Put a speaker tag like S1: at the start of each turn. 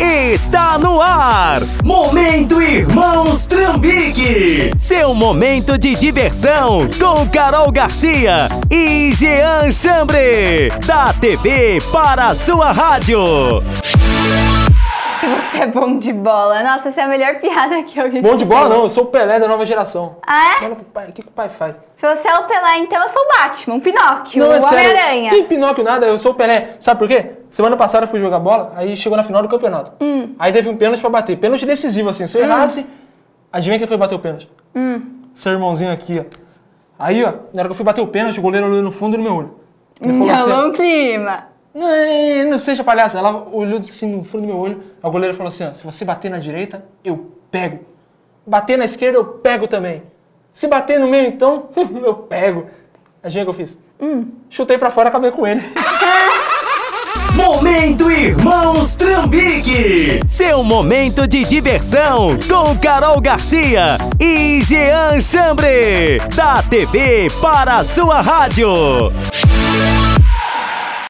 S1: Está no ar! Momento Irmãos Trambique! Seu momento de diversão com Carol Garcia e Jean Chambre, da TV para a sua rádio.
S2: Você é bom de bola. Nossa, essa é a melhor piada que eu já
S3: é Bom de
S2: escutei.
S3: bola não, eu sou o Pelé da nova geração.
S2: Ah, é?
S3: Olha pro pai, o que, que o pai faz?
S2: Se você é o Pelé, então eu sou o Batman, o Pinóquio,
S3: Não, é
S2: o
S3: sério.
S2: Homem-Aranha.
S3: Que Pinóquio nada, eu sou o Pelé. Sabe por quê? Semana passada eu fui jogar bola, aí chegou na final do campeonato. Aí teve um pênalti pra bater. Pênalti decisivo, assim. Se eu errasse, adivinha quem foi bater o pênalti? Seu irmãozinho aqui, ó. Aí, ó, na hora que eu fui bater o pênalti, o goleiro olhou no fundo do meu olho. Ele falou assim, ó,
S2: Não, clima.
S3: "Não, não seja palhaça. Ela olhou assim no fundo do meu olho. Aí o goleiro falou assim, ó, se você bater na direita, eu pego. Bater na esquerda, eu pego também. Se bater no meio, então, eu pego. Adivinha o que eu fiz? Chutei pra fora, acabei com ele.
S1: Momento Irmãos Trambique! Seu momento de diversão com Carol Garcia e Jean Chambre, da TV para a sua rádio.